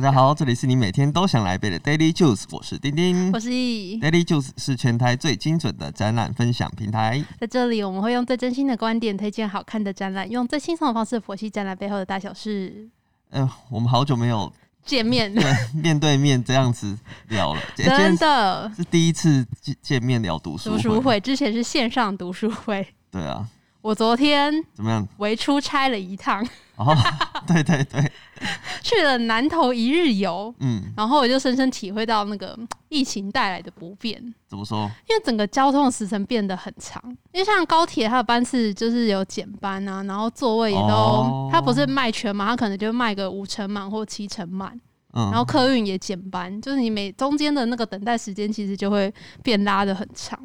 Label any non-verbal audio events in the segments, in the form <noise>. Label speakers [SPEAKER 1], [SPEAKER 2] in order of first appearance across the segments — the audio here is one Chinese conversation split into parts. [SPEAKER 1] 家好，这里是你每天都想来杯的 Daily Juice，我是丁丁
[SPEAKER 2] 我。是易。
[SPEAKER 1] Daily Juice 是全台最精准的展览分享平台。
[SPEAKER 2] 在这里，我们会用最真心的观点推荐好看的展览，用最轻松的方式剖析展览背后的大小事。
[SPEAKER 1] 嗯、我们好久没
[SPEAKER 2] <laughs>
[SPEAKER 1] 有
[SPEAKER 2] 见面，
[SPEAKER 1] 对面对面这样子聊了，今天
[SPEAKER 2] 真的
[SPEAKER 1] 是第一次见见面聊读书
[SPEAKER 2] 读
[SPEAKER 1] 会。
[SPEAKER 2] 书会之前是线上读书会，
[SPEAKER 1] 对啊，
[SPEAKER 2] 我昨天
[SPEAKER 1] 怎么样？
[SPEAKER 2] 为出差了一趟， <laughs>
[SPEAKER 1] 哦， <laughs> 对对对，
[SPEAKER 2] 去了南投一日游，
[SPEAKER 1] 嗯，
[SPEAKER 2] 然后我就深深体会到那个嗯疫情带来的不便。
[SPEAKER 1] 怎么说？
[SPEAKER 2] 因为整个交通的时程变得很长，因为像高铁它的班次就是有减班啊，然后座位也都、
[SPEAKER 1] 哦
[SPEAKER 2] 它不是卖全满，它可能就卖个五成满或七成满，
[SPEAKER 1] 嗯，
[SPEAKER 2] 然后客运也减班，就是你每中间的那个等待时间其实就会变拉的很长。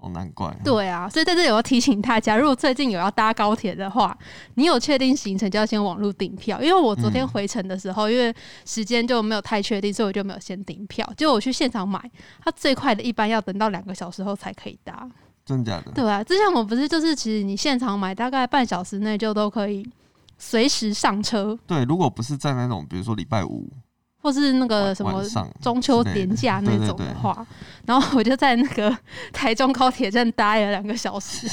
[SPEAKER 1] 哦，难怪，
[SPEAKER 2] 对啊，所以在这里我要提醒大家，如果最近有要搭高铁的话，你有确定行程就要先网络订票。因为我
[SPEAKER 1] 嗯
[SPEAKER 2] 昨天回程的时候，因为时间就没有太确定，所以我就没有先订票。结果我去现场买，它最快的一般要等到两个小时后才可以搭。
[SPEAKER 1] 真的假的？
[SPEAKER 2] 对啊，之前我们不是就是其实你现场买，大概半小时内就都可以随时上车，
[SPEAKER 1] 对，如果不是在那种比如说礼拜五
[SPEAKER 2] 或是那个
[SPEAKER 1] 晚
[SPEAKER 2] 什么
[SPEAKER 1] 晚上，
[SPEAKER 2] 中秋连假那种的话，然后我就在那个 <laughs> 台中高铁站待了两个小时。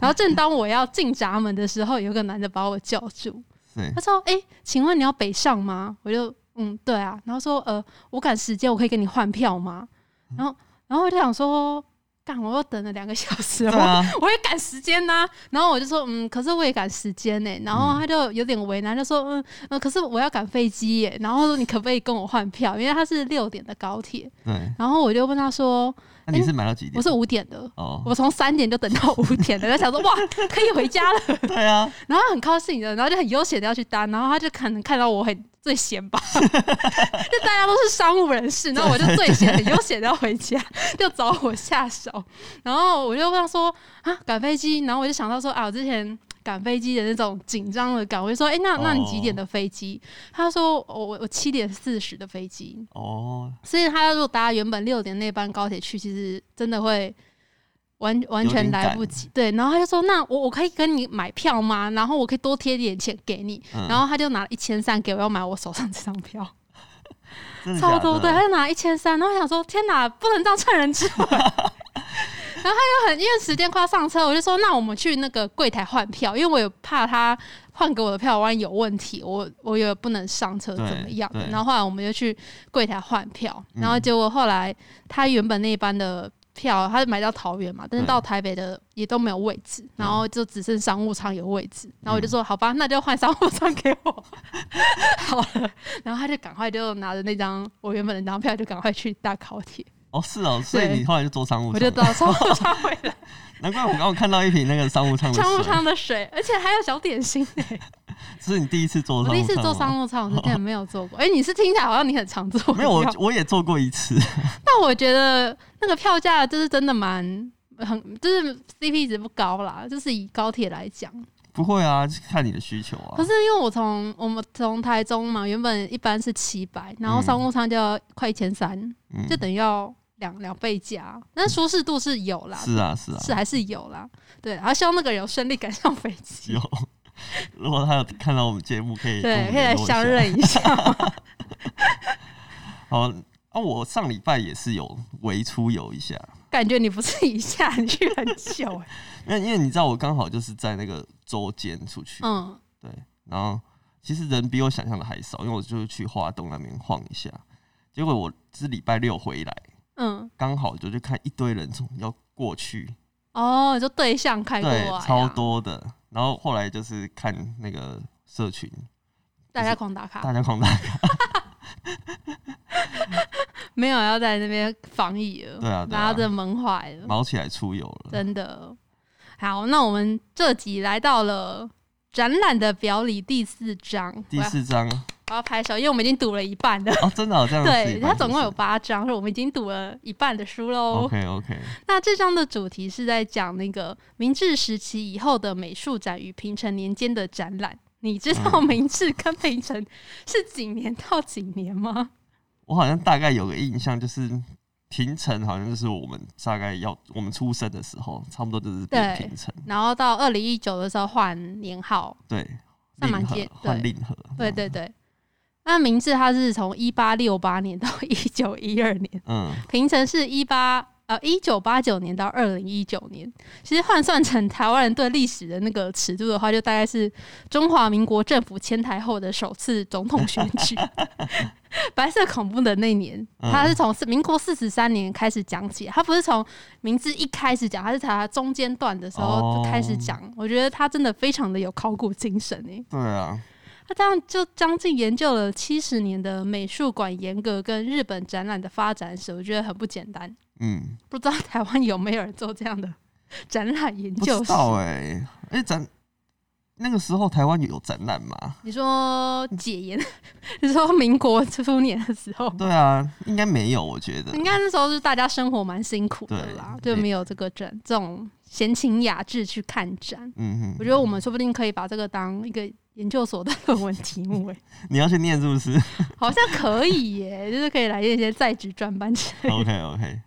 [SPEAKER 2] 然后正当我要进闸门的时候，有个男的把我叫住，
[SPEAKER 1] 对
[SPEAKER 2] 他，说：“哎、请问你要北上吗？”我就嗯，对啊。然后说：“呃，我赶时间，我可以跟你换票吗？”然后，然后我就想说：“干，我又等了两个小时
[SPEAKER 1] <laughs> 对
[SPEAKER 2] 了，
[SPEAKER 1] 啊，
[SPEAKER 2] <laughs> 我也赶时间呐、然后我就说，嗯，可是我也赶时间呢、然后他就有点为难，就说，嗯，呃，可是我要赶飞机耶、然后说你可不可以跟我换票？因为他是六点的高铁。
[SPEAKER 1] 对，
[SPEAKER 2] 然后我就问他说，
[SPEAKER 1] 那你是买到几点？
[SPEAKER 2] 我是五点的，
[SPEAKER 1] 哦，
[SPEAKER 2] 我从三点就等到五点了，他想说，
[SPEAKER 1] <laughs>
[SPEAKER 2] 哇，可以回家了。
[SPEAKER 1] 对啊，
[SPEAKER 2] 然后他很高兴的，然后就很悠闲的要去搭，然后他就可能看到我很最闲
[SPEAKER 1] <laughs>
[SPEAKER 2] 吧，就大家都是商务人士，然后我就最闲，很悠闲的要回家，就找我下手，然后我就问他说啊，赶飞机，然后我就想到说啊，我之前。赶飞机的那种紧张的感，我就说：“哎、那那你几点的飞机？”他说：“我我我七点四十的飞机。”
[SPEAKER 1] 哦，
[SPEAKER 2] 所以他如果搭原本六点那班高铁去，其实真的会完完全来不及。对，然后他就说：“那我我可以跟你买票吗？然后我可以多贴点钱给你。
[SPEAKER 1] 嗯
[SPEAKER 2] 然后他就拿了一千三给我，要买我手上这张票，
[SPEAKER 1] 真的
[SPEAKER 2] 超
[SPEAKER 1] 假
[SPEAKER 2] 多
[SPEAKER 1] 的？
[SPEAKER 2] 对，他就拿一千三，然后我想说：“天哪，不能这样趁人之
[SPEAKER 1] <laughs>
[SPEAKER 2] 危。”然后他又很因为时间快要上车，我就说：“那我们去那个柜台换票，因为我也怕他换给我的票万一有问题，我我也不能上车怎
[SPEAKER 1] 对
[SPEAKER 2] 么样。”
[SPEAKER 1] 对
[SPEAKER 2] 然后后来我们就去柜台换票，
[SPEAKER 1] 嗯
[SPEAKER 2] 然后结果后来他原本那一班的票，他是买到桃园嘛，
[SPEAKER 1] 嗯
[SPEAKER 2] 但是到台北的也都没有位置，然后就只剩商务舱有位置，然后我就说好吧，那就换商务舱给我 <laughs> 好了，然后他就赶快就拿着那张我原本的那张票，就赶快去搭高铁，
[SPEAKER 1] 哦，是哦，所以
[SPEAKER 2] 对
[SPEAKER 1] 你后来就做商务舱，
[SPEAKER 2] 我就到商务舱回来，
[SPEAKER 1] 难怪我刚刚看到一瓶那个 <laughs> 商务舱的
[SPEAKER 2] 商务
[SPEAKER 1] 水，
[SPEAKER 2] 舱的水，而且还有小点心呢、
[SPEAKER 1] 这是你第一次做
[SPEAKER 2] 我
[SPEAKER 1] 商务舱吗？哦
[SPEAKER 2] 第一次坐商务舱，我之前没有坐过。哎、你是听起来好像你很常坐，
[SPEAKER 1] 没有，我
[SPEAKER 2] <laughs> 一样
[SPEAKER 1] 我也做过一次， <laughs>
[SPEAKER 2] 但我觉得那个票价就是真的蛮很，就是 CP 值不高啦，就是以高铁来讲。
[SPEAKER 1] 不会啊，是看你的需求啊
[SPEAKER 2] 可。是因为我从我们从台中嘛，原本一般是七百，然后商务舱就要快一千三，
[SPEAKER 1] 嗯
[SPEAKER 2] 就等于要两两倍价，但舒适度是有啦，
[SPEAKER 1] 是啊，是啊，
[SPEAKER 2] 是还是有啦。对，然后希望那个人有顺利赶上飞机。
[SPEAKER 1] 有。如果他有看到我们节目，可以跟我
[SPEAKER 2] 对，
[SPEAKER 1] 们
[SPEAKER 2] 可以来
[SPEAKER 1] 联络一
[SPEAKER 2] 相
[SPEAKER 1] 下。
[SPEAKER 2] 认一下。
[SPEAKER 1] <laughs> 好啊，我上礼拜也是有微出游一下，
[SPEAKER 2] 感觉你不是一下，你去很久、
[SPEAKER 1] <laughs>
[SPEAKER 2] 欸。
[SPEAKER 1] 因为因为你知道我刚好就是在那个周间出去，
[SPEAKER 2] 嗯，
[SPEAKER 1] 对，然后其实人比我想象的还少，因为我就是去华东那边晃一下，结果我是礼拜六回来，
[SPEAKER 2] 嗯，
[SPEAKER 1] 刚好就就看一堆人从要过去，
[SPEAKER 2] 哦，就对象开过来、
[SPEAKER 1] 对
[SPEAKER 2] 啊，，
[SPEAKER 1] 超，多的。然后后来就是看那个社群，
[SPEAKER 2] 大家狂打卡，
[SPEAKER 1] 大家狂打，
[SPEAKER 2] 没有要在那边防疫了，
[SPEAKER 1] 对啊对啊
[SPEAKER 2] 拿着门坏了，
[SPEAKER 1] 毛起来出游了。
[SPEAKER 2] 真的。好，那我们这集来到了展览的表里第四章，
[SPEAKER 1] 第四章
[SPEAKER 2] 我要我要拍手，因为我们已经读了一半了。
[SPEAKER 1] 哦，真的有这样子一
[SPEAKER 2] 对，
[SPEAKER 1] 般
[SPEAKER 2] 它总共
[SPEAKER 1] 是
[SPEAKER 2] 有八章，所以我们已经读了一半的书喽。
[SPEAKER 1] OK OK，
[SPEAKER 2] 那这章的主题是在讲那个明治时期以后的美术展与平成年间的展览。你知道明治跟平成是几年到几年吗？
[SPEAKER 1] 我好像大概有个印象，就是平成好像就是我们大概要我们出生的时候，差不多就是变
[SPEAKER 2] 对
[SPEAKER 1] 平成，
[SPEAKER 2] 然后到二零一九的时候换年号，
[SPEAKER 1] 对，
[SPEAKER 2] 那蛮
[SPEAKER 1] 令和
[SPEAKER 2] 接
[SPEAKER 1] 换
[SPEAKER 2] 对
[SPEAKER 1] 令和，
[SPEAKER 2] 对对对，那明治它是从一八六八年到一九一二年，
[SPEAKER 1] 嗯，
[SPEAKER 2] 平成是一八呃一九八九年到二零一九年。其实换算成台湾人对历史的那个尺度的话，就大概是中华民国政府迁台后的首次总统选举。白色恐怖的那年，
[SPEAKER 1] 嗯
[SPEAKER 2] 他是从民国四十三年开始讲起，他不是从明治一开始讲，他是从他中间段的时候就开始讲。我觉得他真的非常的有考古精神诶、
[SPEAKER 1] 对啊，
[SPEAKER 2] 他这样就将近研究了七十年的美术馆严格跟日本展览的发展史，我觉得很不简单。
[SPEAKER 1] 嗯，
[SPEAKER 2] 不知道台湾有没有人做这样的 <laughs> 展览研
[SPEAKER 1] 不
[SPEAKER 2] 究
[SPEAKER 1] 知
[SPEAKER 2] 史？
[SPEAKER 1] 道哎、哎、展那个时候台湾有有展览吗？
[SPEAKER 2] 你说解严， <laughs> 你说民国初年的时候，
[SPEAKER 1] 对啊，应该没有，我觉得
[SPEAKER 2] 应该那时候是大家生活蛮辛苦的啦，
[SPEAKER 1] 对
[SPEAKER 2] 就没有这个展这种闲情雅致去看展。
[SPEAKER 1] 嗯
[SPEAKER 2] 我
[SPEAKER 1] 哼，
[SPEAKER 2] 觉得我们说不定可以把这个当一个研究所的论文题目、
[SPEAKER 1] <laughs>
[SPEAKER 2] 欸，
[SPEAKER 1] 你要去念是不
[SPEAKER 2] <laughs>
[SPEAKER 1] 是
[SPEAKER 2] 好像可以耶、就是可以来一些在职专班之类的。
[SPEAKER 1] ？OK OK，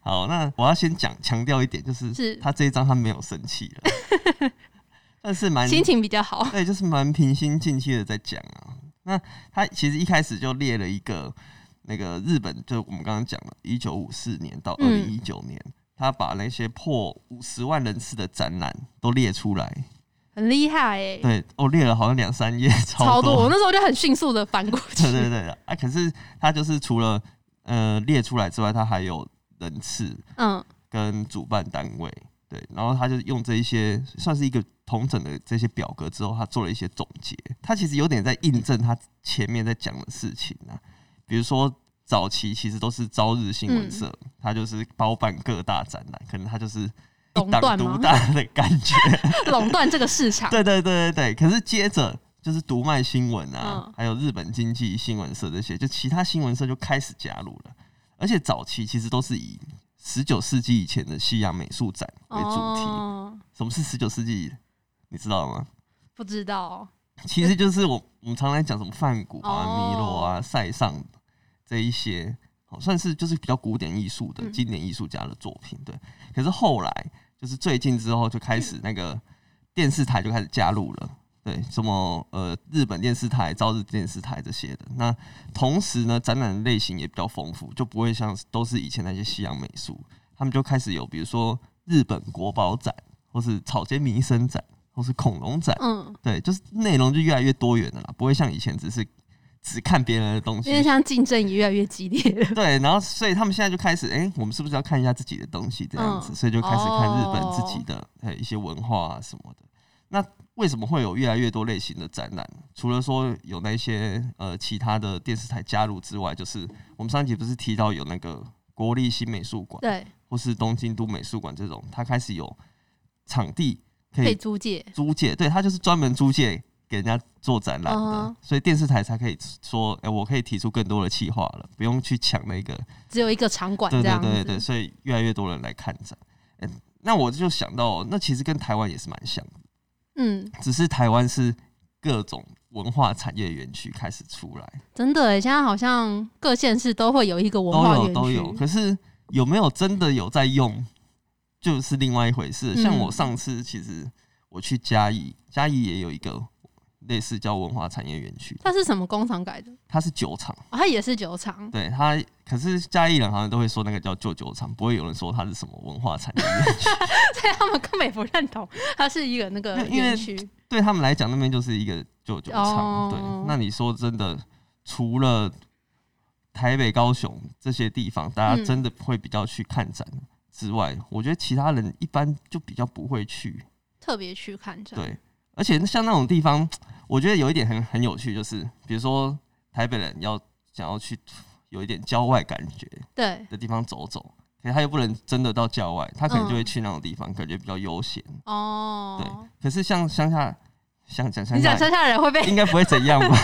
[SPEAKER 1] 好，那我要先讲强调一点，就是
[SPEAKER 2] 是
[SPEAKER 1] 他这一章他没有生气了，
[SPEAKER 2] <laughs>
[SPEAKER 1] 但是蛮
[SPEAKER 2] 心情比较好，
[SPEAKER 1] 对，就是蛮平心静气的在讲啊。那他其实一开始就列了一个那个日本，就我们刚刚讲了，一九五四年到二零一
[SPEAKER 2] 嗯
[SPEAKER 1] 九年，他把那些破五十万人次的展览都列出来。
[SPEAKER 2] 很厉害哎、
[SPEAKER 1] 对，哦，列了好像两三页，
[SPEAKER 2] 超多！
[SPEAKER 1] 多。
[SPEAKER 2] 我那时候就很迅速的翻过
[SPEAKER 1] <laughs>
[SPEAKER 2] 去
[SPEAKER 1] 对，对对啊！可是他就是除了呃列出来之外，他还有人次
[SPEAKER 2] 嗯，
[SPEAKER 1] 跟主办单位。对，然后他就用这一些算是一个同整的这些表格之后，他做了一些总结。他其实有点在印证他前面在讲的事情啊，比如说早期其实都是朝日新
[SPEAKER 2] 嗯
[SPEAKER 1] 闻社，他就是包办各大展览，可能他就是一
[SPEAKER 2] 垄
[SPEAKER 1] 党
[SPEAKER 2] 断
[SPEAKER 1] 独
[SPEAKER 2] 吗？
[SPEAKER 1] 大的感觉。
[SPEAKER 2] 垄断这个
[SPEAKER 1] <laughs>
[SPEAKER 2] 市场。
[SPEAKER 1] 对对对对对。可是接着就是读卖新闻啊，
[SPEAKER 2] 嗯
[SPEAKER 1] 还有日本经济新闻社这些，就其他新闻社就开始加入了。而且早期其实都是以十九世纪以前的西洋美术展为主题。
[SPEAKER 2] 哦，
[SPEAKER 1] 什么是十九世纪？你知道吗？
[SPEAKER 2] 不知道，
[SPEAKER 1] 其实就是我我们常来讲什么梵谷啊、
[SPEAKER 2] 哦
[SPEAKER 1] 米罗啊、塞尚这一些，好算是就是比较古典艺术的
[SPEAKER 2] 嗯
[SPEAKER 1] 经典艺术家的作品，对。可是后来就是最近之后就开
[SPEAKER 2] 嗯
[SPEAKER 1] 始那个电视台就开始加入了。对，什么呃，日本电视台、朝日电视台这些的。那同时呢，展览类型也比较丰富，就不会像是都是以前那些西洋美术，他们就开始有比如说日本国宝展，或是草间弥生展，或是恐龙展。
[SPEAKER 2] 嗯，
[SPEAKER 1] 对，就是内容就越来越多元了啦，不会像以前只是只看别人的东西
[SPEAKER 2] 因。为像竞争也越来越激
[SPEAKER 1] <laughs>
[SPEAKER 2] 烈了。
[SPEAKER 1] 对，然后所以他们现在就开始，哎、我们是不是要看一下自己的东西这样子？
[SPEAKER 2] 嗯
[SPEAKER 1] 所以就开始看日本
[SPEAKER 2] 哦
[SPEAKER 1] 自己的呃一些文化啊什么的。那为什么会有越来越多类型的展览？除了说有那些呃其他的电视台加入之外，就是我们上一集不是提到有那个国立新美术馆
[SPEAKER 2] 对，
[SPEAKER 1] 或是东京都美术馆这种，它开始有场地可
[SPEAKER 2] 可
[SPEAKER 1] 以
[SPEAKER 2] 以租借，
[SPEAKER 1] 租借，对他就是专门租借给人家做展览的
[SPEAKER 2] 嗯哼
[SPEAKER 1] 所以电视台才可以说，哎、我可以提出更多的企划了，不用去抢那个，
[SPEAKER 2] 只有一个场馆
[SPEAKER 1] 对
[SPEAKER 2] 哦这
[SPEAKER 1] 对
[SPEAKER 2] 样
[SPEAKER 1] 对
[SPEAKER 2] 子。
[SPEAKER 1] 对，所以越来越多人来看展。嗯，那我就想到，那其实跟台湾也是蛮像的，
[SPEAKER 2] 嗯，
[SPEAKER 1] 只是台湾是各种文化产业园区开始出来，
[SPEAKER 2] 真的欸耶，现在好像各县市都会有一个文
[SPEAKER 1] 都
[SPEAKER 2] 化
[SPEAKER 1] 有
[SPEAKER 2] 园
[SPEAKER 1] 都有，
[SPEAKER 2] 区。
[SPEAKER 1] 可是有没有真的有在用，就是另外一回事。像
[SPEAKER 2] 嗯
[SPEAKER 1] 我上次其实我去嘉义，嘉义也有一个类似叫文化产业园区，
[SPEAKER 2] <laughs> 它是什么工厂改的？
[SPEAKER 1] 它是酒厂，
[SPEAKER 2] 哦它也是酒厂， <laughs>
[SPEAKER 1] 对它，可是嘉义人好像都会说那个叫旧酒厂，不会有人说它是什么文化产业园区。
[SPEAKER 2] 所以他们根本也不认同它是一个那个
[SPEAKER 1] 因为因为
[SPEAKER 2] 园区。
[SPEAKER 1] 对他们来讲，那边就是一个旧酒厂。
[SPEAKER 2] 哦
[SPEAKER 1] 对，那你说真的，除了台北、高雄这些地方，大家
[SPEAKER 2] 嗯
[SPEAKER 1] 真的会比较去看展之外，我觉得其他人一般就比较不会去。
[SPEAKER 2] 特别去看展，
[SPEAKER 1] 对，而且像那种地方，我觉得有一点很很有趣，就是比如说台北人要想要去有一点郊外感觉，
[SPEAKER 2] 对
[SPEAKER 1] 的地方走走，可是他又不能真的到郊外，他可能
[SPEAKER 2] 嗯
[SPEAKER 1] 就会去那种地方，感觉比较悠闲。
[SPEAKER 2] 哦
[SPEAKER 1] 对，可是像乡下，想讲乡
[SPEAKER 2] 你想
[SPEAKER 1] 下
[SPEAKER 2] 乡下人会被
[SPEAKER 1] 应该不会怎
[SPEAKER 2] <laughs>
[SPEAKER 1] 样吧？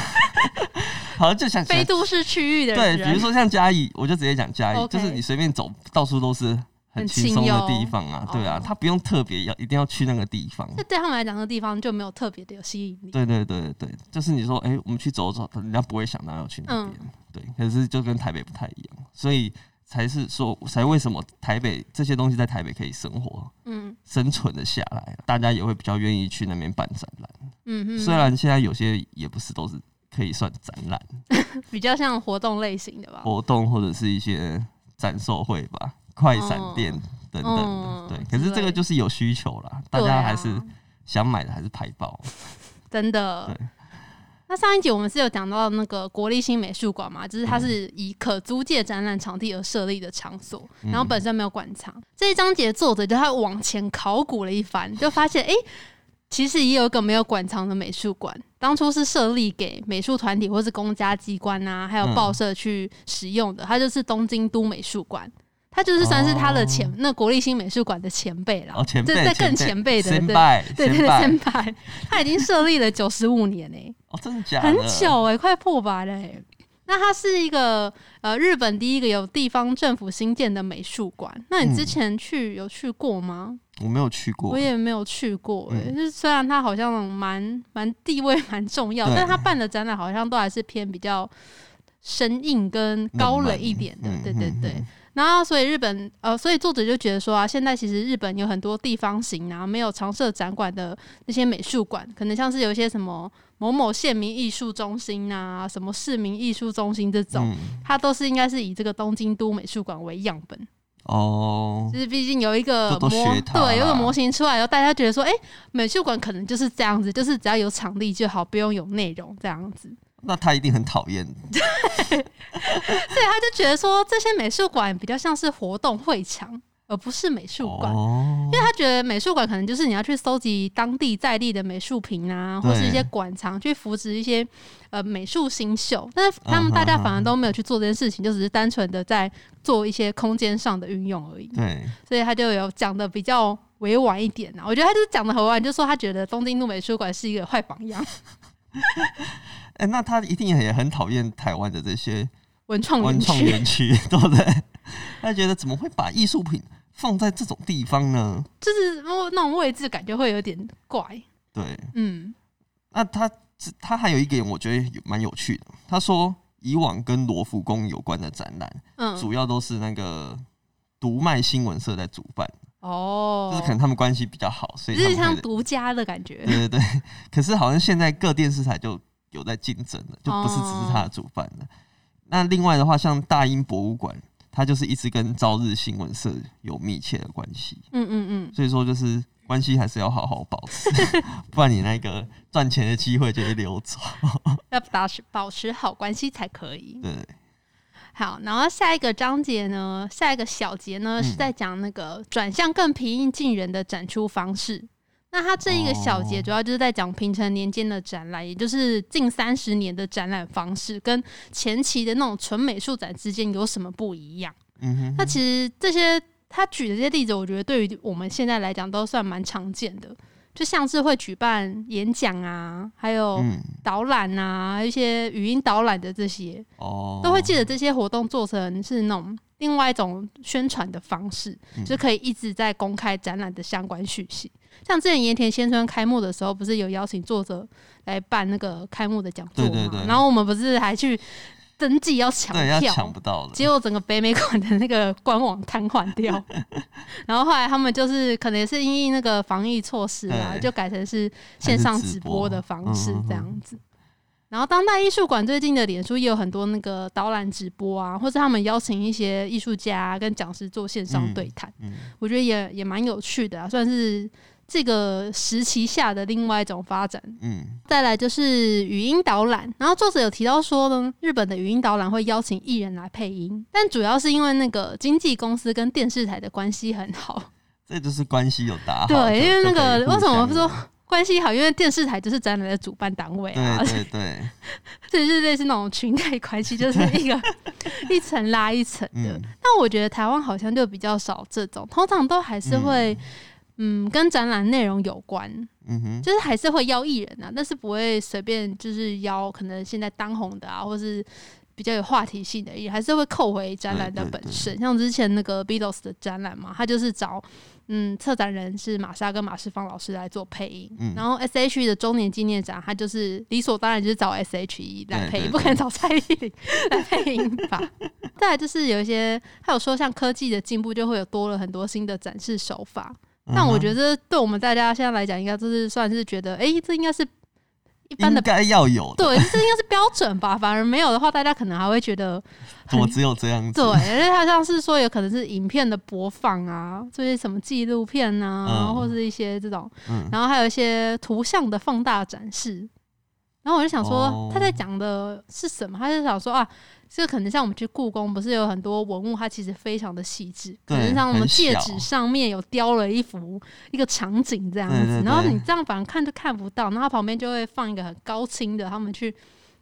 [SPEAKER 1] 好像就想
[SPEAKER 2] 非
[SPEAKER 1] 想
[SPEAKER 2] 都市区域的
[SPEAKER 1] 对，
[SPEAKER 2] 人，
[SPEAKER 1] 比如说像嘉义，我就直接讲嘉义，就
[SPEAKER 2] OK
[SPEAKER 1] 是你随便走，到处都是很
[SPEAKER 2] 很
[SPEAKER 1] 轻松的
[SPEAKER 2] 清幽
[SPEAKER 1] 地方啊，对啊
[SPEAKER 2] 哦，
[SPEAKER 1] 他不用特别要一定要去那个地方。
[SPEAKER 2] 这对他们来讲，那地方就没有特别的有吸引力。
[SPEAKER 1] 对对对对，就是你说，哎、我们去走走，人家不会想到要去那
[SPEAKER 2] 嗯
[SPEAKER 1] 边，对。可是就跟台北不太一样，所以才是说，才为什么台北这些东西在台北可以生活
[SPEAKER 2] 嗯
[SPEAKER 1] 生存的下来，大家也会比较愿意去那边办展览。
[SPEAKER 2] 嗯嗯，
[SPEAKER 1] 虽然现在有些也不是都是可以算展览
[SPEAKER 2] 嗯比较像活动类型的吧。
[SPEAKER 1] 活动或者是一些展售会吧，快闪店等等的。
[SPEAKER 2] 嗯
[SPEAKER 1] 对，可是这个就是有需求啦，大
[SPEAKER 2] 对
[SPEAKER 1] 家
[SPEAKER 2] 啊
[SPEAKER 1] 还是想买的还是排爆。
[SPEAKER 2] 真的
[SPEAKER 1] 对。
[SPEAKER 2] 那上一集我们是有讲到那个国立新美术馆嘛，
[SPEAKER 1] 嗯
[SPEAKER 2] 就是它是以可租借展览场地而设立的场所，
[SPEAKER 1] 嗯
[SPEAKER 2] 然后本身没有馆藏。这一章节作者就他往前考古了一番，就发现诶，其实也有一个没有馆藏的美术馆，当初是设立给美术团体或是公家机关啊，还有
[SPEAKER 1] 嗯
[SPEAKER 2] 报社去使用的，它就是东京都美术馆。它就是算是它的前、那国立新美术馆的前辈啦，
[SPEAKER 1] 哦，前
[SPEAKER 2] 就
[SPEAKER 1] 辈，
[SPEAKER 2] 在啊更前辈的
[SPEAKER 1] 先
[SPEAKER 2] 对
[SPEAKER 1] 拜，
[SPEAKER 2] 对
[SPEAKER 1] 先
[SPEAKER 2] 对对，
[SPEAKER 1] 拜
[SPEAKER 2] 先拜， <laughs> 他已经设立了九十五年诶、
[SPEAKER 1] <laughs> 哦，真的假的？
[SPEAKER 2] 很久哎、快破百嘞、那它是一个呃日本第一个有地方政府新建的美术馆。那你之前去、有去过吗？
[SPEAKER 1] 我没有去过
[SPEAKER 2] 我。也没有去过哎、
[SPEAKER 1] 嗯
[SPEAKER 2] 就是虽然它好像蛮 <laughs> 蛮地位蛮重要，
[SPEAKER 1] 对嗯
[SPEAKER 2] 但它办的展览好像都还是偏比较生硬跟高冷一点的。
[SPEAKER 1] 嗯
[SPEAKER 2] 对对对。，
[SPEAKER 1] 嗯
[SPEAKER 2] 然后，所以日本呃，所以作者就觉得说啊，现在其实日本有很多地方型啊，没有常设展馆的那些美术馆，可能像是有一些什么某某县民艺术中心啊，什么市民艺术中心这种，
[SPEAKER 1] 嗯
[SPEAKER 2] 它都是应该是以这个东京都美术馆为样本，
[SPEAKER 1] 哦
[SPEAKER 2] 就，是毕竟有一个
[SPEAKER 1] 多
[SPEAKER 2] 模
[SPEAKER 1] 多学它
[SPEAKER 2] 对，有一个
[SPEAKER 1] 啦
[SPEAKER 2] 模型出来，然后大家觉得说，哎，美术馆可能就是这样子，就是只要有场地就好，不用有内容这样子。
[SPEAKER 1] 那他一定很讨厌。
[SPEAKER 2] 对，他就觉得说这些美术馆比较像是活动会场，而不是美术馆。
[SPEAKER 1] 哦，
[SPEAKER 2] 因为他觉得美术馆可能就是你要去搜集当地在地的美术品啊，
[SPEAKER 1] 对
[SPEAKER 2] 或是一些馆藏去扶植一些呃美术新秀，但是他
[SPEAKER 1] 嗯
[SPEAKER 2] 们
[SPEAKER 1] 哼
[SPEAKER 2] 大家
[SPEAKER 1] 哼
[SPEAKER 2] 反而都没有去做这件事情，就只是单纯的在做一些空间上的运用而已。
[SPEAKER 1] 对，
[SPEAKER 2] 所以他就有讲的比较委婉一点啊，我觉得他就是讲的很委婉，就说他觉得东京都美术馆是一个坏榜样，
[SPEAKER 1] 哎，那他一定也很讨厌台湾的这些
[SPEAKER 2] 文创园
[SPEAKER 1] 文创
[SPEAKER 2] 区。
[SPEAKER 1] 园区， <laughs> 对不对？他觉得怎么会把艺术品放在这种地方呢？
[SPEAKER 2] 就是那种位置感觉会有点怪，
[SPEAKER 1] 对，
[SPEAKER 2] 嗯，
[SPEAKER 1] 那他他还有一点我觉得蛮有趣的，他说以往跟罗浮宫有关的展览，
[SPEAKER 2] 嗯，
[SPEAKER 1] 主要都是那个读卖新闻社在主办，就是
[SPEAKER 2] 哦
[SPEAKER 1] 可，能他们关系比较好，所以
[SPEAKER 2] 就
[SPEAKER 1] 他
[SPEAKER 2] 是像
[SPEAKER 1] 们会
[SPEAKER 2] 独家的感觉，
[SPEAKER 1] 对对对。 <laughs> 可是好像现在各电视台就有在竞争了，就不是
[SPEAKER 2] 哦
[SPEAKER 1] 只是他的主办了。那另外的话，像大英博物馆，它就是一直跟朝日新闻社有密切的关系，
[SPEAKER 2] 嗯嗯嗯。
[SPEAKER 1] 所以说就是关系还是要好好保持， <laughs> 不然你那个赚钱的机会就会溜走。
[SPEAKER 2] 要保持保持好关系才可以。
[SPEAKER 1] 对，
[SPEAKER 2] 好，然后下一个章节呢，下一个小节呢、
[SPEAKER 1] 嗯
[SPEAKER 2] 是在讲那个转向更平易近人的展出方式。那它这一个小节
[SPEAKER 1] 哦
[SPEAKER 2] 主要就是在讲平成年间的展览，也就是近三十年的展览方式跟前期的那种纯美术展之间有什么不一样。
[SPEAKER 1] 嗯哼，
[SPEAKER 2] 那其实这些他举的这些例子，我觉得对于我们现在来讲都算蛮常见的，就像是会举办演讲啊，还有
[SPEAKER 1] 嗯
[SPEAKER 2] 导览啊，一些语音导览的这些，
[SPEAKER 1] 哦，
[SPEAKER 2] 都会记得这些活动做成是那种另外一种宣传的方式，
[SPEAKER 1] 嗯
[SPEAKER 2] 就可以一直在公开展览的相关讯息。像之前盐田先生开幕的时候，不是有邀请作者来办那个开幕的讲座嘛？
[SPEAKER 1] 对对对
[SPEAKER 2] 然后我们不是还去登记要抢
[SPEAKER 1] 对要抢
[SPEAKER 2] 票，
[SPEAKER 1] 不到了，
[SPEAKER 2] 结果整个北美馆的那个官网瘫痪掉。
[SPEAKER 1] <laughs>
[SPEAKER 2] 然后后来他们就是可能也是因应那个防疫措施啊，
[SPEAKER 1] 对
[SPEAKER 2] 就改成是线上直播嗯的方式
[SPEAKER 1] 还是直播嗯
[SPEAKER 2] 这样子。然后当代艺术馆最近的脸书也有很多那个导览直播啊，或者他们邀请一些艺术家跟讲师做线上对谈，
[SPEAKER 1] 嗯
[SPEAKER 2] 我觉得也也蛮有趣的啊，算是这个时期下的另外一种发展
[SPEAKER 1] 嗯
[SPEAKER 2] 再来就是语音导览，然后作者有提到说呢，日本的语音导览会邀请艺人来配音，但主要是因为那个经纪公司跟电视台的关系很好。
[SPEAKER 1] 这就是关系有打好就，
[SPEAKER 2] 对，因为那
[SPEAKER 1] 就可以
[SPEAKER 2] 个
[SPEAKER 1] 互
[SPEAKER 2] 为什么
[SPEAKER 1] 相
[SPEAKER 2] 说关系好？因为电视台就是展览的主办单 <laughs> 位啊
[SPEAKER 1] 对，对对，
[SPEAKER 2] 所以就是类似那种裙带 <laughs> 关系，就是一个一层拉一层的
[SPEAKER 1] 嗯。
[SPEAKER 2] 那我觉得台湾好像就比较少这种，通常都还是会嗯跟展览内容有关，
[SPEAKER 1] 嗯哼，
[SPEAKER 2] 就是还是会邀艺人啊，但是不会随便就是邀可能现在当红的啊，或是比较有话题性的艺人，还是会扣回展览的
[SPEAKER 1] 对对
[SPEAKER 2] 本
[SPEAKER 1] 对
[SPEAKER 2] 身。像之前那个 Beatles 的展览嘛，他就是找嗯策展人是玛莎跟马世芳老师来做配音，
[SPEAKER 1] 嗯
[SPEAKER 2] 然后 S.H.E 的周年纪念展，他就是理所当然就是找 S.H.E 来
[SPEAKER 1] 对
[SPEAKER 2] 配
[SPEAKER 1] 对
[SPEAKER 2] 音，不可
[SPEAKER 1] 对
[SPEAKER 2] 能找蔡依
[SPEAKER 1] <laughs>
[SPEAKER 2] 林来配音吧？再来就是有一些，还有说像科技的进步，就会有多了很多新的展示手法。但我觉
[SPEAKER 1] 得
[SPEAKER 2] 得对我们大家现在来讲，应该就是算是觉得，诶，这应该是一般
[SPEAKER 1] 应
[SPEAKER 2] 的
[SPEAKER 1] 该要有的，
[SPEAKER 2] <laughs> 对，这应该是标准吧。 <laughs> 反而没有的话，大家可能还会觉得
[SPEAKER 1] 怎么只有这样子？
[SPEAKER 2] 对，因为它像是说有可能是影片的播放啊，这些什么纪录片啊，
[SPEAKER 1] 嗯
[SPEAKER 2] 或是一些这种，
[SPEAKER 1] 嗯，
[SPEAKER 2] 然后还有一些图像的放大展示。然后我就想
[SPEAKER 1] 哦
[SPEAKER 2] 说，他在讲的是什么？他就想说啊，这可能像我们去故宫，不是有很多文物，它其实非常的细致，可
[SPEAKER 1] 对
[SPEAKER 2] 能像我们
[SPEAKER 1] 很
[SPEAKER 2] 戒
[SPEAKER 1] 小
[SPEAKER 2] 指上面有雕了一幅一个场景这样
[SPEAKER 1] 对
[SPEAKER 2] 子，
[SPEAKER 1] 对
[SPEAKER 2] 然后
[SPEAKER 1] 对
[SPEAKER 2] 你这样反而看都看不到，然后它旁边就会放一个很高清的，他们去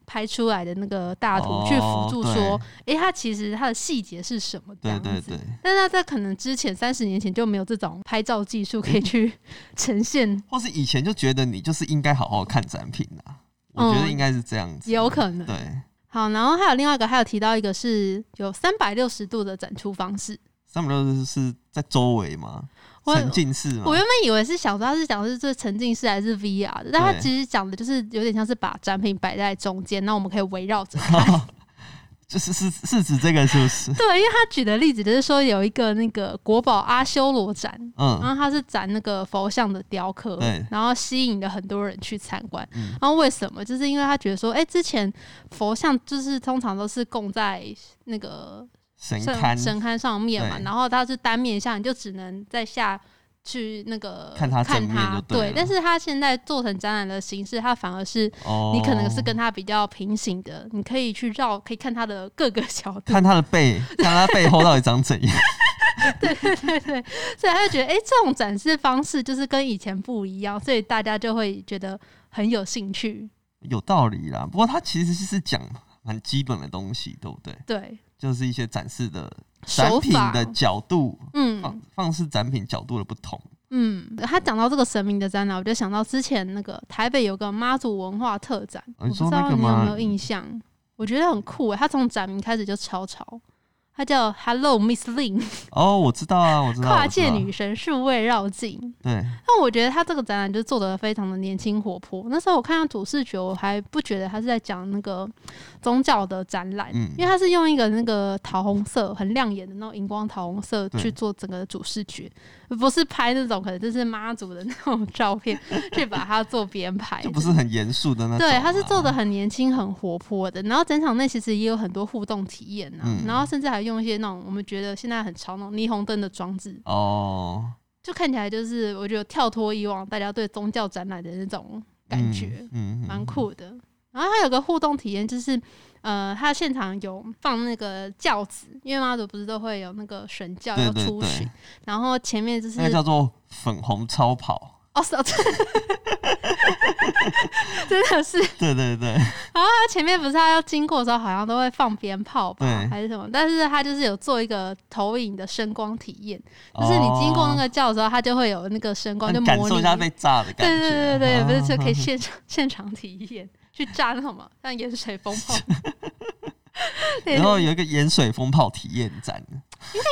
[SPEAKER 2] 拍出来的那个大图、去辅
[SPEAKER 1] 哦
[SPEAKER 2] 助
[SPEAKER 1] 对
[SPEAKER 2] 说，诶，它其实它的细节是什么这
[SPEAKER 1] 对
[SPEAKER 2] 样
[SPEAKER 1] 对
[SPEAKER 2] 子。
[SPEAKER 1] 对，
[SPEAKER 2] 但是在可能之前三十年前就没有这种拍照技术可以去呈现，
[SPEAKER 1] 或是以前就觉得你就是应该好好看展品啊，我觉得
[SPEAKER 2] 嗯
[SPEAKER 1] 应该是这样子，
[SPEAKER 2] 也有可能。
[SPEAKER 1] 对，
[SPEAKER 2] 好，然后还有另外一个，还有提到一个是有三百六十度的展出方式。
[SPEAKER 1] 三百六十是在周围吗？
[SPEAKER 2] 我
[SPEAKER 1] 沉浸式吗
[SPEAKER 2] 我？原本以为是想说他是讲的是这沉浸式还是 VR 的，但他
[SPEAKER 1] 对
[SPEAKER 2] 其实讲的就是有点像是把展品摆在中间，那我们可以围绕着
[SPEAKER 1] <laughs> 就是是是指这个是不是？
[SPEAKER 2] <laughs> 对，因为他举的例子就是说有一个那个国宝阿修罗展，然
[SPEAKER 1] 嗯，
[SPEAKER 2] 后它是展那个佛像的雕刻
[SPEAKER 1] 对，
[SPEAKER 2] 然后吸引了很多人去参观。
[SPEAKER 1] 嗯
[SPEAKER 2] 然后为什么？就是因为他觉得说，哎、之前佛像就是通常都是供在那个
[SPEAKER 1] 神
[SPEAKER 2] 神
[SPEAKER 1] 龛
[SPEAKER 2] 神龛上面嘛，
[SPEAKER 1] 对
[SPEAKER 2] 然后它是单面下，你就只能在下去那个
[SPEAKER 1] 看它正面就对
[SPEAKER 2] 对
[SPEAKER 1] 了
[SPEAKER 2] 但是它现在做成展览的形式，它反而是
[SPEAKER 1] 哦，
[SPEAKER 2] 你可能是跟它比较平行的，你可以去绕，可以看它的各个角度。
[SPEAKER 1] 看他的背，看他背后到底长怎样。
[SPEAKER 2] <laughs>
[SPEAKER 1] <laughs>
[SPEAKER 2] 对对，所以他就觉得，哎、这种展示方式就是跟以前不一样，所以大家就会觉得很有兴趣。
[SPEAKER 1] 有道理啦。不过它其实是讲蛮基本的东西，对不对？
[SPEAKER 2] 对，
[SPEAKER 1] 就是一些展示的展
[SPEAKER 2] 手
[SPEAKER 1] 品
[SPEAKER 2] 法，
[SPEAKER 1] 的哦角度，
[SPEAKER 2] 嗯
[SPEAKER 1] 放放是展品角度的不同。
[SPEAKER 2] 嗯，他讲到这个神明的展览，我就想到之前那个台北有个妈祖文化特展，
[SPEAKER 1] 哦
[SPEAKER 2] 我
[SPEAKER 1] 你
[SPEAKER 2] 不
[SPEAKER 1] 说
[SPEAKER 2] 知道
[SPEAKER 1] 那个
[SPEAKER 2] 你有
[SPEAKER 1] 吗
[SPEAKER 2] 没有印象？我觉得很酷欸诶，他从展名开始就超潮，他叫 Hello Miss Lin，
[SPEAKER 1] 哦，我知道啊，我知道。我
[SPEAKER 2] 跨
[SPEAKER 1] 知道
[SPEAKER 2] 界女神数位绕境。
[SPEAKER 1] 对，
[SPEAKER 2] 那我觉得他这个展览就做得非常的年轻活泼。那时候我看到主视觉，我还不觉得他是在讲那个宗教的展览，
[SPEAKER 1] 嗯
[SPEAKER 2] 因为他是用一个那个桃红色很亮眼的那种荧光桃红色
[SPEAKER 1] 对
[SPEAKER 2] 去做整个主视觉，不是拍那种可能就是妈祖的那 <laughs> 种照片去把它做编排
[SPEAKER 1] 就。不是很严肃的那种啊。
[SPEAKER 2] 对，他是做的很年轻、很活泼的，然后整场内其实也有很多互动体验啊，
[SPEAKER 1] 嗯
[SPEAKER 2] 然后甚至还用一些那种我们觉得现在很潮那种霓虹灯的装置，
[SPEAKER 1] 哦
[SPEAKER 2] 就看起来就是我觉得跳脱以往大家对宗教展览的那种感觉，，
[SPEAKER 1] 嗯嗯
[SPEAKER 2] 蛮、
[SPEAKER 1] 嗯
[SPEAKER 2] 酷的。然后它有个互动体验，就是呃，它现场有放那个轿子，因为妈祖不是都会有那个神轿
[SPEAKER 1] 对
[SPEAKER 2] 要
[SPEAKER 1] 对
[SPEAKER 2] 出巡，
[SPEAKER 1] 对，
[SPEAKER 2] 然后前面就是
[SPEAKER 1] 那个叫做粉红超跑。
[SPEAKER 2] 哦，是哦 <laughs> 真的是，
[SPEAKER 1] 对对对，
[SPEAKER 2] 它前面不是它要经过的时候，好像都会放鞭炮吧
[SPEAKER 1] 对，
[SPEAKER 2] 还是什么？但是它就是有做一个投影的声光体验，就是你经过那
[SPEAKER 1] 哦
[SPEAKER 2] 个轿的时候，它就会有那个声光，就
[SPEAKER 1] 感
[SPEAKER 2] 模
[SPEAKER 1] 受
[SPEAKER 2] 拟
[SPEAKER 1] 一下被炸的感
[SPEAKER 2] 对
[SPEAKER 1] 觉。
[SPEAKER 2] 对对对，
[SPEAKER 1] 啊
[SPEAKER 2] 不是就可以现场 <laughs> 现场体验去炸那什么，像盐水风
[SPEAKER 1] <laughs>
[SPEAKER 2] 炮。对，
[SPEAKER 1] 然后
[SPEAKER 2] 那
[SPEAKER 1] 有一个盐水风炮体验展，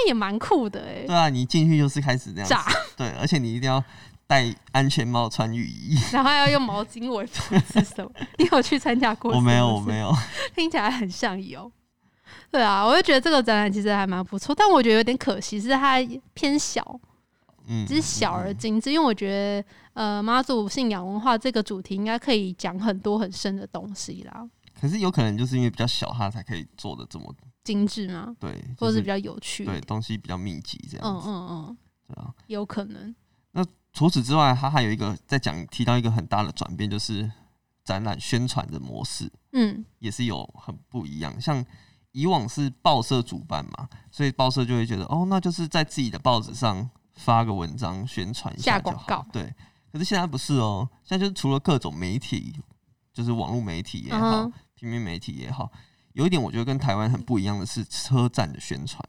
[SPEAKER 2] 也蛮酷的哎、
[SPEAKER 1] 对啊，你进去就是开始这样子
[SPEAKER 2] 炸，
[SPEAKER 1] 对，而且你一定要戴安全帽、穿雨衣。
[SPEAKER 2] 然后要用毛巾围脖子什么。你有去参加
[SPEAKER 1] <laughs>
[SPEAKER 2] 过？
[SPEAKER 1] 我没有，我
[SPEAKER 2] 有。
[SPEAKER 1] 没有。
[SPEAKER 2] 听起来很像有。对啊，我就觉得这个展览其实还蛮不错，但我觉得有点可惜，是它偏小，
[SPEAKER 1] 嗯，
[SPEAKER 2] 只是小而精致。因为我觉得，呃，妈祖信仰文化这个主题应该可以讲很多很深的东西啦，
[SPEAKER 1] 嗯可是有可能就是因为比较小，它才可以做的这么
[SPEAKER 2] 精致嘛，
[SPEAKER 1] 对，就
[SPEAKER 2] 或者是
[SPEAKER 1] 是
[SPEAKER 2] 比较有趣。
[SPEAKER 1] 对东西比较密集这样
[SPEAKER 2] 嗯
[SPEAKER 1] 子。
[SPEAKER 2] 嗯嗯，
[SPEAKER 1] 对啊。
[SPEAKER 2] 有可能。
[SPEAKER 1] 除此之外，它还有一个在讲提到一个很大的转变，就是展览宣传的模式
[SPEAKER 2] 嗯，
[SPEAKER 1] 也是有很不一样。像以往是报社主办嘛，所以报社就会觉得哦，那就是在自己的报纸上发个文章宣传一下
[SPEAKER 2] 下
[SPEAKER 1] 就
[SPEAKER 2] 广
[SPEAKER 1] 好
[SPEAKER 2] 告
[SPEAKER 1] 对，可是现在不是哦，现在就是除了各种媒体，就是网络媒体也好，
[SPEAKER 2] 嗯哼
[SPEAKER 1] 平面媒体也好，有一点我觉得跟台湾很不一样的是车站的宣传。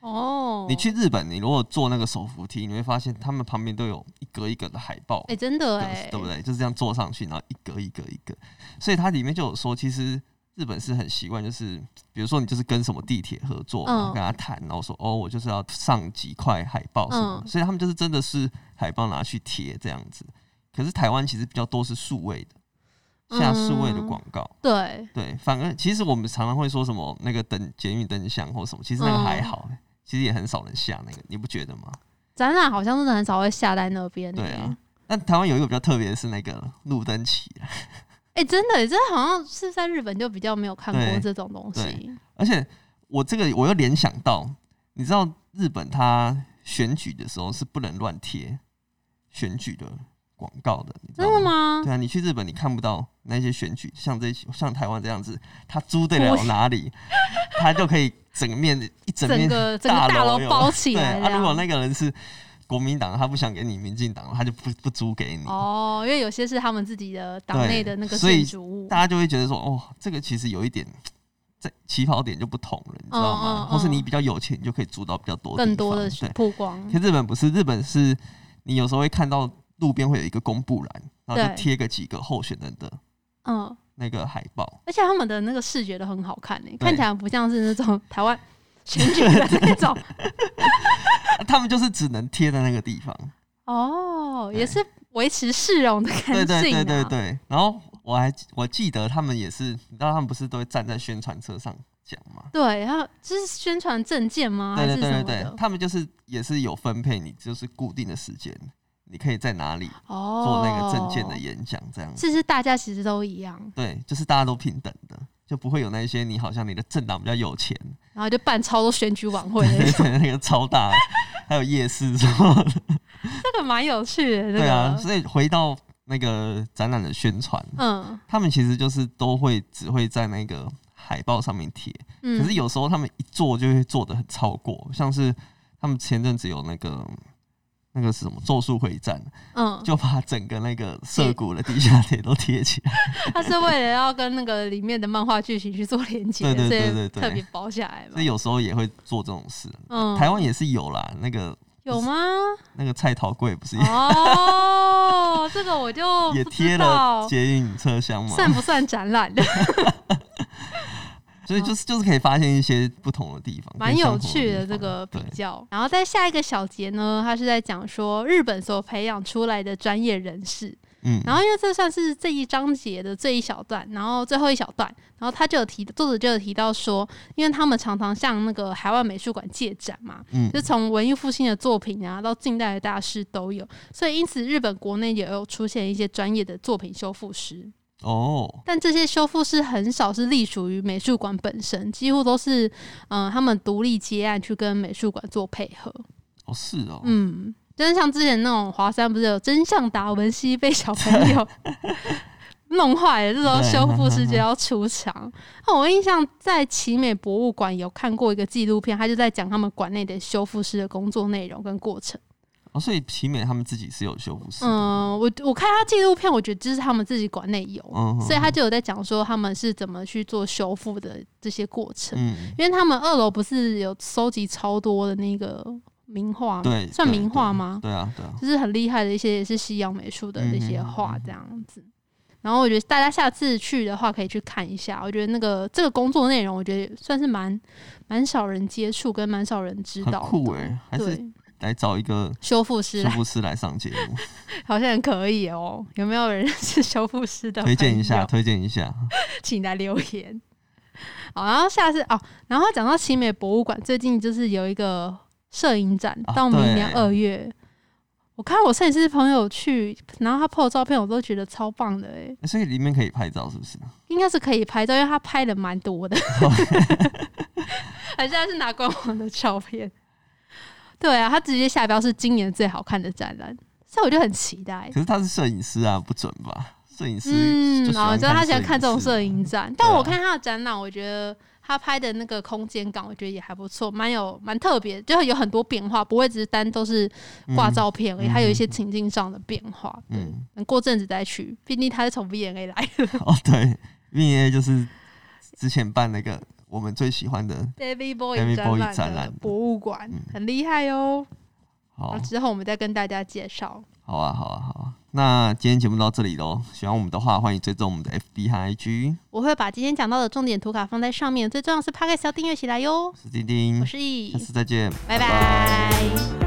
[SPEAKER 2] 哦，
[SPEAKER 1] 你去日本，你如果坐那个手扶梯，你会发现他们旁边都有一格一格的海报，
[SPEAKER 2] 哎、真的
[SPEAKER 1] 对
[SPEAKER 2] 哎、
[SPEAKER 1] 对不对？就是这样坐上去，然后一格一格一格。所以它里面就有说，其实日本是很习惯，就是比如说你就是跟什么地铁合作，然后
[SPEAKER 2] 嗯
[SPEAKER 1] 跟他谈，然后说哦，我就是要上几块海报什么的，
[SPEAKER 2] 嗯
[SPEAKER 1] 所以他们就是真的是海报拿去贴这样子。可是台湾其实比较多是数位的，下数位的
[SPEAKER 2] 嗯
[SPEAKER 1] 广告。
[SPEAKER 2] 对
[SPEAKER 1] 对，反而其实我们常常会说什么那个灯捷运灯箱或什么，其实那个
[SPEAKER 2] 嗯
[SPEAKER 1] 还好、其实也很少人下那个，你不觉得吗？
[SPEAKER 2] 展览好像真的很少会下在那边、
[SPEAKER 1] 对啊，。但台湾有一个比较特别的是那个路灯旗啊，
[SPEAKER 2] 哎、哎、真的，真的好像是在日本就比较没有看过
[SPEAKER 1] 对
[SPEAKER 2] 这种东西
[SPEAKER 1] 对。而且我这个我又联想到，你知道日本它选举的时候是不能乱贴选举的广告的，你知
[SPEAKER 2] 真
[SPEAKER 1] 道
[SPEAKER 2] 的
[SPEAKER 1] 吗？
[SPEAKER 2] 吗？
[SPEAKER 1] 对啊，你去日本你看不到那些选举，像这像台湾这样子，它租得了哪
[SPEAKER 2] <laughs>
[SPEAKER 1] 里，它就可以整面一整
[SPEAKER 2] 整
[SPEAKER 1] 面
[SPEAKER 2] 个整个大楼
[SPEAKER 1] 有
[SPEAKER 2] 包起来
[SPEAKER 1] 对，
[SPEAKER 2] 这
[SPEAKER 1] 啊，如果
[SPEAKER 2] 样。
[SPEAKER 1] 那个人是国民党，他不想给你民进党，他就不不租给你。
[SPEAKER 2] 哦，因为有些是他们自己的党
[SPEAKER 1] 对
[SPEAKER 2] 内的那个
[SPEAKER 1] 所以
[SPEAKER 2] 建筑物
[SPEAKER 1] 大，家就会觉得说，哦，这个其实有一点在起跑点就不同了，你知道吗？
[SPEAKER 2] 嗯嗯
[SPEAKER 1] 或是
[SPEAKER 2] 嗯
[SPEAKER 1] 你比较有钱，你就可以租到比较多地
[SPEAKER 2] 更多的
[SPEAKER 1] 方对。嗯
[SPEAKER 2] 曝光。
[SPEAKER 1] 可日本不是，日本是你有时候会看到路边会有一个公布栏，然后
[SPEAKER 2] 对
[SPEAKER 1] 就贴个几个候选人的
[SPEAKER 2] 嗯，
[SPEAKER 1] 那个海报。
[SPEAKER 2] 而且他们的那个视觉都很好看诶、看起来不像是那种台湾选举的
[SPEAKER 1] <laughs>
[SPEAKER 2] 那种。
[SPEAKER 1] 啊他们就是只能贴在那个地方。
[SPEAKER 2] 哦，
[SPEAKER 1] 对
[SPEAKER 2] 也是维持市容的
[SPEAKER 1] 对
[SPEAKER 2] 干
[SPEAKER 1] 对
[SPEAKER 2] 净
[SPEAKER 1] 对对
[SPEAKER 2] 啊。
[SPEAKER 1] 对。然后我还我记得他们也是，你知道他们不是都会站在宣传车上讲吗？
[SPEAKER 2] 对，然后这是宣传证件吗？还
[SPEAKER 1] 对
[SPEAKER 2] 啊是
[SPEAKER 1] 对
[SPEAKER 2] 什
[SPEAKER 1] 对对
[SPEAKER 2] 么
[SPEAKER 1] 对，
[SPEAKER 2] 的？
[SPEAKER 1] 他们就是也是有分配，你就是固定的时间，你可以在哪里
[SPEAKER 2] 哦，
[SPEAKER 1] 做那个证件的演讲这样子。
[SPEAKER 2] 是不是大家其实都一样，
[SPEAKER 1] 对，就是大家都平等的，就不会有那一些你好像你的政党比较有钱，
[SPEAKER 2] 然后就办超多选举晚会的，
[SPEAKER 1] 对 <laughs> 那个超大，还有夜市什么的。
[SPEAKER 2] 这个 <laughs> 蛮有趣的。这个、
[SPEAKER 1] 对啊，所以回到那个展览的宣传，
[SPEAKER 2] 嗯
[SPEAKER 1] 他们其实就是都会只会在那个海报上面贴，
[SPEAKER 2] 嗯，
[SPEAKER 1] 可是有时候他们一做就会做的很超过，像是他们前阵子有那个那个是什么《咒术回战》，
[SPEAKER 2] 嗯，
[SPEAKER 1] 就把整个那个涩谷的地下铁都贴起来。
[SPEAKER 2] 他是为了要跟那个里面的漫画剧情去做连接，
[SPEAKER 1] 对对对
[SPEAKER 2] 所
[SPEAKER 1] 对
[SPEAKER 2] 以
[SPEAKER 1] 对
[SPEAKER 2] 特别包下来嘛
[SPEAKER 1] 所以。有时候也会做这种事，
[SPEAKER 2] 嗯，
[SPEAKER 1] 台湾也是有啦，那个
[SPEAKER 2] 有吗？
[SPEAKER 1] 那个菜桃贵不 <laughs> 是也、
[SPEAKER 2] 哦，这个我就
[SPEAKER 1] 也
[SPEAKER 2] 不
[SPEAKER 1] 贴
[SPEAKER 2] 知
[SPEAKER 1] 了
[SPEAKER 2] 道
[SPEAKER 1] 捷运车厢嘛？
[SPEAKER 2] 算不算展览的，
[SPEAKER 1] 所以就是就是可以发现一些不同的地方，
[SPEAKER 2] 嗯蛮
[SPEAKER 1] 跟
[SPEAKER 2] 有
[SPEAKER 1] 相同
[SPEAKER 2] 趣的
[SPEAKER 1] 地方
[SPEAKER 2] 这个比
[SPEAKER 1] 对
[SPEAKER 2] 较。然后在下一个小节呢，他是在讲说日本所培养出来的专业人士，
[SPEAKER 1] 嗯，
[SPEAKER 2] 然后因为这算是这一章节的最一小段，然后最后一小段，然后他就有提作者就有提到说，因为他们常常向那个海外美术馆借展嘛，
[SPEAKER 1] 嗯
[SPEAKER 2] 就从文艺复兴的作品啊到近代的大师都有，所以因此日本国内也有出现一些专业的作品修复师，
[SPEAKER 1] 哦，
[SPEAKER 2] 但这些修复师很少是隶属于美术馆本身，几乎都是嗯、呃他们独立接案去跟美术馆做配合，
[SPEAKER 1] 哦是哦，
[SPEAKER 2] 嗯，就是像之前那种华山不是有真相达文西被小朋
[SPEAKER 1] <laughs>
[SPEAKER 2] 友弄坏了，这时候
[SPEAKER 1] 对
[SPEAKER 2] 修复师就要
[SPEAKER 1] <laughs>
[SPEAKER 2] 出场。那我印象在奇美博物馆有看过一个纪录片，他就在讲他们馆内的修复师的工作内容跟过程。
[SPEAKER 1] 哦，所以奇美他们自己是有修复师的，
[SPEAKER 2] 嗯，我我看他纪录片，我觉得就是他们自己馆内有，啊
[SPEAKER 1] 嗯
[SPEAKER 2] 所以他就有在讲说他们是怎么去做修复的这些过程。
[SPEAKER 1] 嗯，
[SPEAKER 2] 因为他们二楼不是有收集超多的那个名画吗，
[SPEAKER 1] 对，
[SPEAKER 2] 算
[SPEAKER 1] 对
[SPEAKER 2] 名画
[SPEAKER 1] 对
[SPEAKER 2] 吗？
[SPEAKER 1] 对啊，对啊，
[SPEAKER 2] 就是很厉害的一些也是西洋美术的那些
[SPEAKER 1] 嗯
[SPEAKER 2] 画这样子。然后我觉得大家下次去的话可以去看一下，我觉得那个这个工作内容，我觉得算是蛮蛮少人接触跟蛮少人知
[SPEAKER 1] 很
[SPEAKER 2] 道
[SPEAKER 1] 酷
[SPEAKER 2] 的。
[SPEAKER 1] 哎，还是
[SPEAKER 2] 对，啊
[SPEAKER 1] 来找一个
[SPEAKER 2] 修复师
[SPEAKER 1] 修复师来上节目，
[SPEAKER 2] 好像很可以哦，有没有人 <laughs> 是修复师的？
[SPEAKER 1] 推荐一下，，推荐一下，
[SPEAKER 2] 请来留言。好，然后下次哦，然后讲到奇美博物馆，最近就是有一个摄影展，
[SPEAKER 1] 啊
[SPEAKER 2] 到明年
[SPEAKER 1] 对
[SPEAKER 2] 二月。我看我摄影师朋友去，然后他 PO 的照片，我都觉得超棒的哎、
[SPEAKER 1] 欸所以里面可以拍照是不是？
[SPEAKER 2] 应该是可以拍照，因为他拍的蛮多的，
[SPEAKER 1] <laughs>
[SPEAKER 2] 好像是拿官网的照片。对啊，他直接下标是今年最好看的展览，所以我就很期待。
[SPEAKER 1] 可是他是摄影师啊，不准吧？摄影师
[SPEAKER 2] 嗯，
[SPEAKER 1] 就喜
[SPEAKER 2] 哦，
[SPEAKER 1] 欢
[SPEAKER 2] 我知道他喜欢
[SPEAKER 1] 影
[SPEAKER 2] 看这种
[SPEAKER 1] 师
[SPEAKER 2] 摄影展，但我
[SPEAKER 1] 对啊
[SPEAKER 2] 看他的展览，我觉得他拍的那个空间感，我觉得也还不错，蛮有蛮特别，就有很多变化，不会只是单都是挂，照片而已，
[SPEAKER 1] 嗯
[SPEAKER 2] 还有一些情境上的变化。嗯，
[SPEAKER 1] 嗯，
[SPEAKER 2] 等过阵子再去，毕竟他是从 V N
[SPEAKER 1] <laughs>
[SPEAKER 2] A 来的
[SPEAKER 1] 嗯哦对，V A 就是之前办那个我们最喜欢的，
[SPEAKER 2] David Bowie
[SPEAKER 1] David
[SPEAKER 2] 展
[SPEAKER 1] Bowie
[SPEAKER 2] 览
[SPEAKER 1] 展
[SPEAKER 2] 的
[SPEAKER 1] 览
[SPEAKER 2] 博物馆
[SPEAKER 1] 嗯，
[SPEAKER 2] 很厉害哦。
[SPEAKER 1] 好
[SPEAKER 2] 那，之后我们再跟大家介绍。
[SPEAKER 1] 好啊，好啊，好啊。那今天节目到这里喽，喜欢我们的话，欢迎追踪我们的 FB 和 IG。
[SPEAKER 2] 我会把今天讲到的重点图卡放在
[SPEAKER 1] 嗯
[SPEAKER 2] 上面，最重要是 p o d c a s 要订阅起来哟
[SPEAKER 1] 我。是丁丁
[SPEAKER 2] 我，是 E，
[SPEAKER 1] 下次再见，
[SPEAKER 2] 拜拜